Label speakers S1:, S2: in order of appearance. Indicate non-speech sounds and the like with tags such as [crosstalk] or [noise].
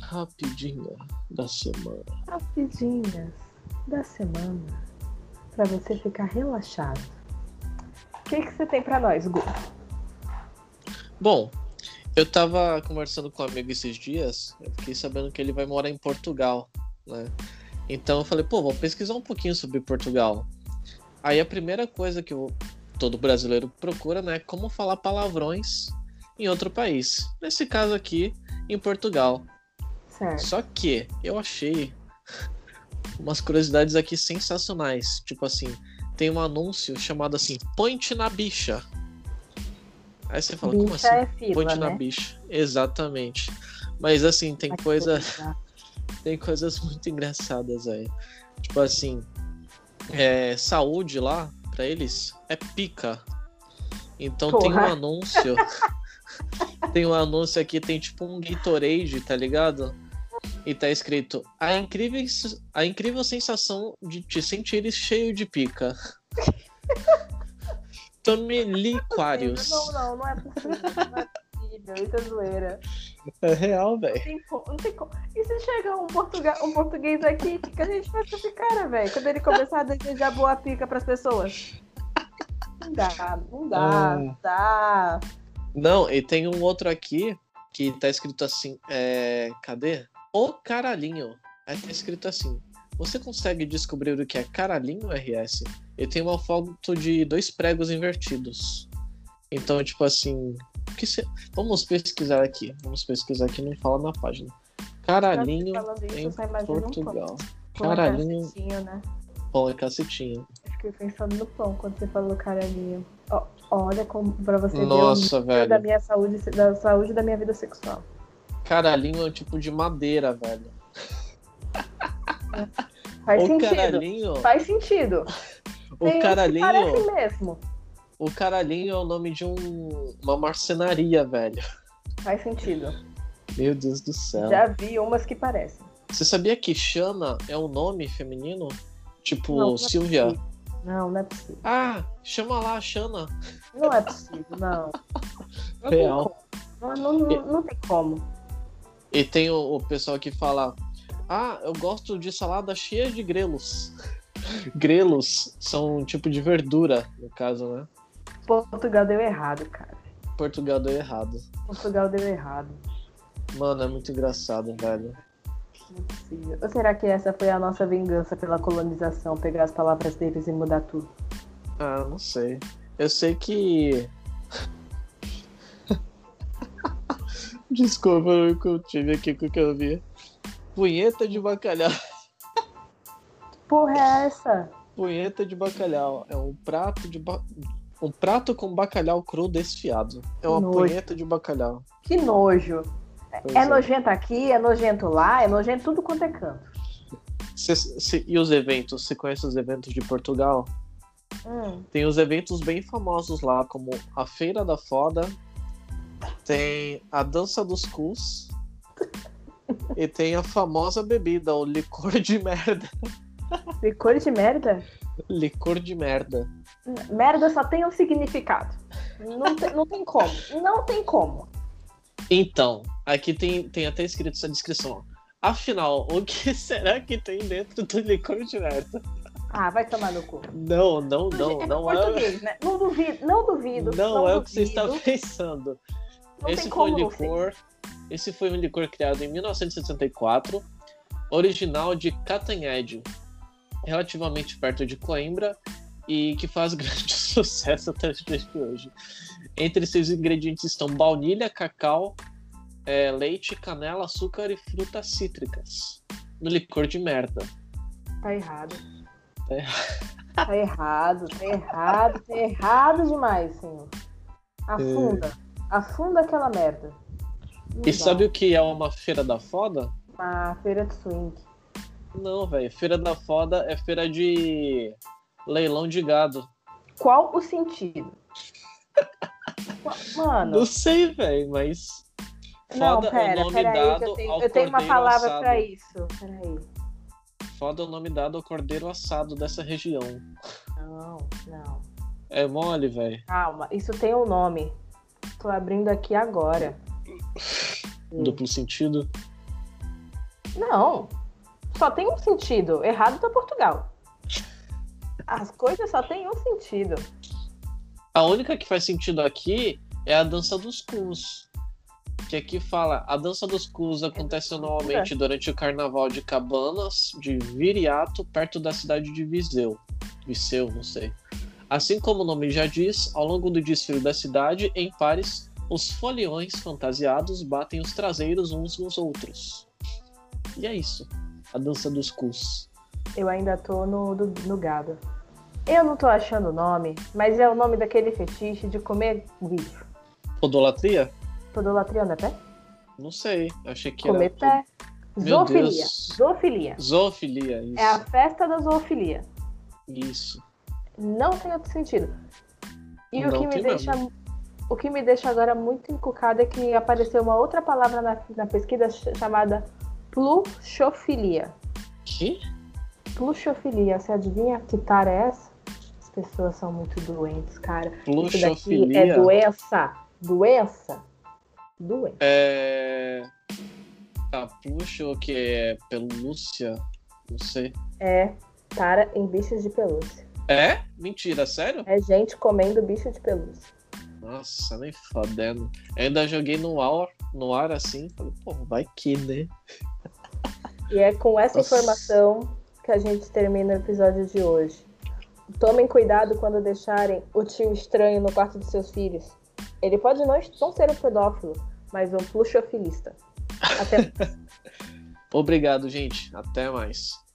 S1: rapidinha da semana.
S2: Rapidinhas da semana para você ficar relaxado. O que, que você tem para nós, Gu?
S1: Bom, eu tava conversando com um amigo esses dias, eu fiquei sabendo que ele vai morar em Portugal, né? Então eu falei, pô, vou pesquisar um pouquinho sobre Portugal. Aí a primeira coisa que eu- todo brasileiro procura, né, é como falar palavrões em outro país. Nesse caso aqui, em Portugal.
S2: Certo.
S1: Só que eu achei umas curiosidades aqui sensacionais. Tipo assim, tem um anúncio chamado assim, Point na bicha. Aí você fala, como
S2: Bicha
S1: assim?
S2: é fila,
S1: Ponte na
S2: né?
S1: bicha. Exatamente. Mas assim, tem
S2: Aqui,
S1: coisa,
S2: tá?
S1: tem coisas muito engraçadas aí. Tipo assim, é, saúde lá, pra eles, é pica. Então tem um
S2: Porra.
S1: [laughs] anúncio. tem um anúncio aqui, tem tipo um Gatorade, tá ligado? E tá escrito: a incrível, a incrível sensação de te sentir cheio de pica. [laughs] Tome liquários.
S2: Não, não, não é possível. Não é possível. Isso é zoeira.
S1: É real, velho.
S2: Não tem co- não tem co- E se chegar um, portuga- um português aqui, o que que a gente faz com esse cara, velho? Quando ele começar a desejar boa pica pras pessoas? Não dá, não
S1: Ah.
S2: dá, não dá.
S1: Não, e tem um outro aqui que tá escrito assim, é... cadê? O caralhinho. Aí tá escrito assim, você consegue descobrir o que é caralhinho, RS? E tem uma foto de dois pregos invertidos. Então, tipo assim, o que se... vamos pesquisar aqui. Vamos pesquisar aqui, não fala na página. Caralhinho
S2: Falando isso, eu
S1: em
S2: só imagino um pão.
S1: Portugal.
S2: Pão é
S1: Caralhinho.
S2: cacetinho, né?
S1: Pô, é cacetinho.
S2: Eu Fiquei pensando no pão quando você falou caralhinho. Ó, olha como, pra você ver
S1: Nossa,
S2: o nível da
S1: velho.
S2: minha saúde, da saúde da minha vida sexual.
S1: Caralhinho é um tipo de madeira, velho.
S2: Faz
S1: o
S2: sentido.
S1: caralhinho.
S2: Faz sentido. Tem
S1: O
S2: uns que
S1: caralhinho.
S2: Parece mesmo.
S1: O Caralhinho é o nome de um- uma marcenaria, velho.
S2: Faz sentido.
S1: Meu Deus do céu.
S2: Já vi umas que parecem.
S1: Você sabia que Xana é um nome feminino? Tipo,
S2: Não, não é
S1: Silvia.
S2: possível. Não, não é possível.
S1: Ah, chama lá a Xana.
S2: Não é possível, não. Não tem
S1: Real. É.
S2: como. Não, não, não, não tem como.
S1: E tem o, o pessoal que fala: Ah, eu gosto de salada cheia de grelos. [laughs] grelos são um tipo de verdura, no caso, né?
S2: Portugal deu errado, cara.
S1: Portugal deu errado.
S2: Portugal deu errado.
S1: Mano, é muito engraçado, velho.
S2: Não é possível. Ou será que essa foi a nossa vingança pela colonização? Pegar as palavras deles e mudar tudo?
S1: Ah, não sei. Eu sei que. [laughs] Desculpa, eu eu tive aqui com o que eu vi. Punheta de bacalhau.
S2: Porra, é essa?
S1: Punheta de bacalhau. É um prato de ba... um prato com bacalhau cru desfiado. É uma
S2: Nojo.
S1: punheta de bacalhau.
S2: Que nojo.
S1: Pois
S2: É
S1: é.
S2: nojento aqui, é nojento lá, é nojento tudo quanto é canto.
S1: Cê- cê- E os eventos? Você conhece os eventos de Portugal?
S2: Hum,
S1: Tem os eventos bem famosos lá, como a Feira da Foda, tem a Dança dos Cus e tem a famosa bebida, o licor de merda. [laughs]
S2: licor de merda?
S1: Licor de merda.
S2: Merda só tem um significado. Não tem, não tem como. Não tem como.
S1: Então, aqui tem, tem até escrito essa descrição. ó. Afinal, o que [laughs] será que tem dentro do licor de merda?
S2: Ah, vai tomar no cu.
S1: Não, não, não,
S2: é
S1: não é.
S2: português, né? Não duvido, não duvido.
S1: Não é o que você está
S2: duvido.
S1: pensando.
S2: Não
S1: esse
S2: tem
S1: foi
S2: como
S1: um
S2: não ser.
S1: licor. Esse foi um licor criado em 1964, original de Catanhede, relativamente perto de Coimbra, e que faz [laughs] grande sucesso até os dias de hoje. Entre seus ingredientes estão baunilha, cacau, eh, leite, canela, açúcar e frutas cítricas. No licor de merda.
S2: Tá errado.
S1: Tá
S2: Tá errado, tá errado, tá errado demais, senhor. Afunda. Afunda aquela merda. Não
S1: É. E
S2: dá.
S1: sabe o que é uma feira da foda?
S2: Uma feira de swing.
S1: Não, velho. Feira da foda é feira de leilão de gado.
S2: Qual o sentido? Qual- Mano,
S1: Não sei, velho, mas.
S2: não,
S1: Foda é o
S2: pera,
S1: nome
S2: pera aí,
S1: dado
S2: que eu tenho,
S1: ao
S2: eu tenho uma
S1: cordeiro
S2: palavra
S1: assado.
S2: pra isso. Pera aí.
S1: Foda é o nome dado ao cordeiro assado dessa região.
S2: Não, não.
S1: É mole, velho.
S2: Calma, isso tem um nome. Tô abrindo aqui agora.
S1: Duplo sentido.
S2: Não. Só tem um sentido. Errado tá Portugal. As coisas só tem um sentido.
S1: A única que faz sentido aqui é a dança dos cus. Que aqui fala, a dança dos cus acontece anualmente durante o carnaval de Cabanas de Viriato, perto da cidade de Viseu. Viseu, não sei. Assim como o nome já diz, ao longo do desfile da cidade, em pares, os foliões fantasiados batem os traseiros uns nos outros. E é isso. A dança dos cus.
S2: Eu ainda tô no, do, no gado. Eu não tô achando o nome, mas é o nome daquele fetiche de comer bicho.
S1: Podolatria?
S2: Podolatria não é pé?
S1: Não sei. Achei que
S2: Comer
S1: era.
S2: pé.
S1: Meu
S2: Zoofilia.
S1: Deus.
S2: Zoofilia.
S1: Zoofilia, isso.
S2: É a festa da zoofilia.
S1: Isso.
S2: Não tem outro sentido. E o
S1: Não
S2: que, me
S1: tem
S2: deixa, o que me deixa agora muito encucada é que apareceu uma outra palavra na, na pesquisa ch- chamada pluxofilia.
S1: Que?
S2: Pluxofilia, você adivinha que tara é essa? As pessoas são muito doentes, cara. Isso daqui
S1: Pluxofilia.
S2: é doença. Doença. Doença.
S1: É. Tá, puxa, o que é pelúcia? Não sei.
S2: É tara em bichos de pelúcia.
S1: É? Mentira, sério?
S2: É gente comendo bicho de pelúcia.
S1: Nossa, nem fodendo. Eu ainda joguei no ar, no ar assim. Falei, pô, vai que, né?
S2: E é com essa
S1: Nossa.
S2: informação que a gente termina o episódio de hoje. Tomem cuidado quando deixarem o tio estranho no quarto dos seus filhos. Ele pode não, não ser um pedófilo, mas um pluxofilista. Até
S1: Obrigado, gente. Até mais.